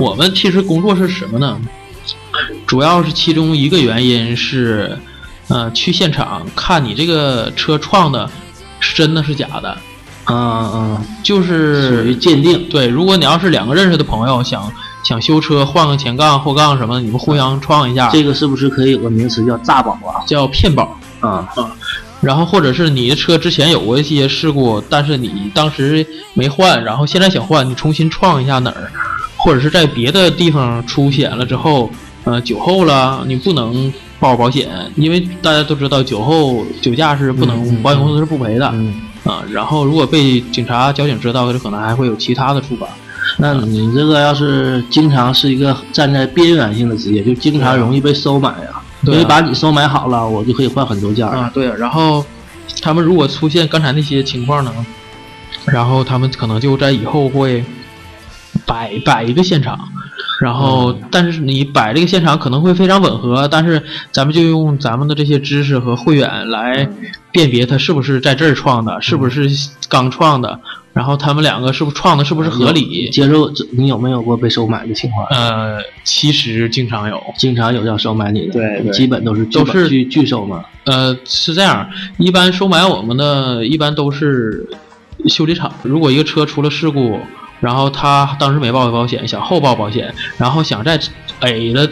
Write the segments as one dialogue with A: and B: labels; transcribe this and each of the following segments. A: 我们其实工作是什么呢？主要是其中一个原因是，呃，去现场看你这个车撞的是真的是假的，
B: 啊啊，
A: 就是
B: 属于鉴定
A: 对，如果你要是两个认识的朋友想想修车，换个前杠、后杠什么的，你们互相撞一下，
B: 这个是不是可以有个名词叫炸保啊？
A: 叫骗保。
B: 啊，
A: 然后或者是你的车之前有过一些事故，但是你当时没换，然后现在想换，你重新撞一下哪儿，或者是在别的地方出险了之后，呃，酒后了，你不能报保险，因为大家都知道酒后酒驾是不能，
B: 嗯嗯嗯
A: 保险公司是不赔的啊、
B: 嗯，
A: 然后如果被警察、交警知道，就可能还会有其他的处罚。
B: 那你这个要是经常是一个站在边缘性的职业，就经常容易被收买啊。嗯
A: 对啊
B: 因为把你收买好了，我就可以换很多件儿。
A: 啊，对，然后他们如果出现刚才那些情况呢，然后他们可能就在以后会摆摆一个现场，然后、但是你摆这个现场可能会非常吻合，但是咱们就用咱们的这些知识和慧眼来辨别它是不是在这儿创的，是不是刚创的，然后他们两个是不是创的是不是合理？
B: 接受这你有没有过被收买的情况？
A: 呃，其实经常有，
B: 嗯经常有要收买你的，
A: 对对
B: 基本都是
A: 都是
B: 拒拒收嘛。
A: 呃，是这样，一般收买我们的，一般都是修理厂。如果一个车出了事故，然后他当时没报保险，想后报保险，然后想在 A 的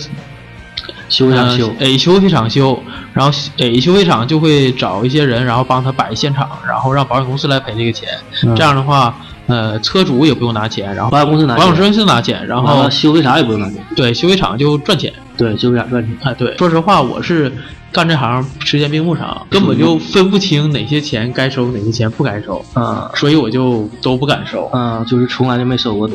B: 修上修，
A: 呃 A 修理厂修，然后 A 修理厂就会找一些人，然后帮他摆现场，然后让保险公司来赔这个钱。
B: 嗯
A: 这样的话，呃，车主也不用拿钱，然后
B: 保险公司拿嗯
A: 保
B: 钱
A: 险公司拿钱，然
B: 完
A: 后
B: 了修为啥也不用拿钱，
A: 对修理厂就赚钱。
B: 对，修为啥赚钱。
A: 哎，对，说实话，我是干这行时间并不长，根本就分不清哪些钱该收，哪些钱不该收，
B: 啊
A: 所以我就都不敢收。
B: 啊，就是从来就没收过多。